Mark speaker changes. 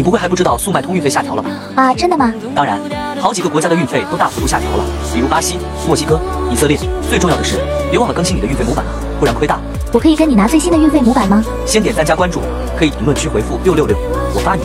Speaker 1: 你不会还不知道速卖通运费下调了吧？
Speaker 2: 啊，真的吗？
Speaker 1: 当然，好几个国家的运费都大幅度下调了，比如巴西、墨西哥、以色列。最重要的是，别忘了更新你的运费模板啊，不然亏大。
Speaker 2: 我可以跟你拿最新的运费模板吗？
Speaker 1: 先点赞加关注，可以评论区回复六六六，我发你。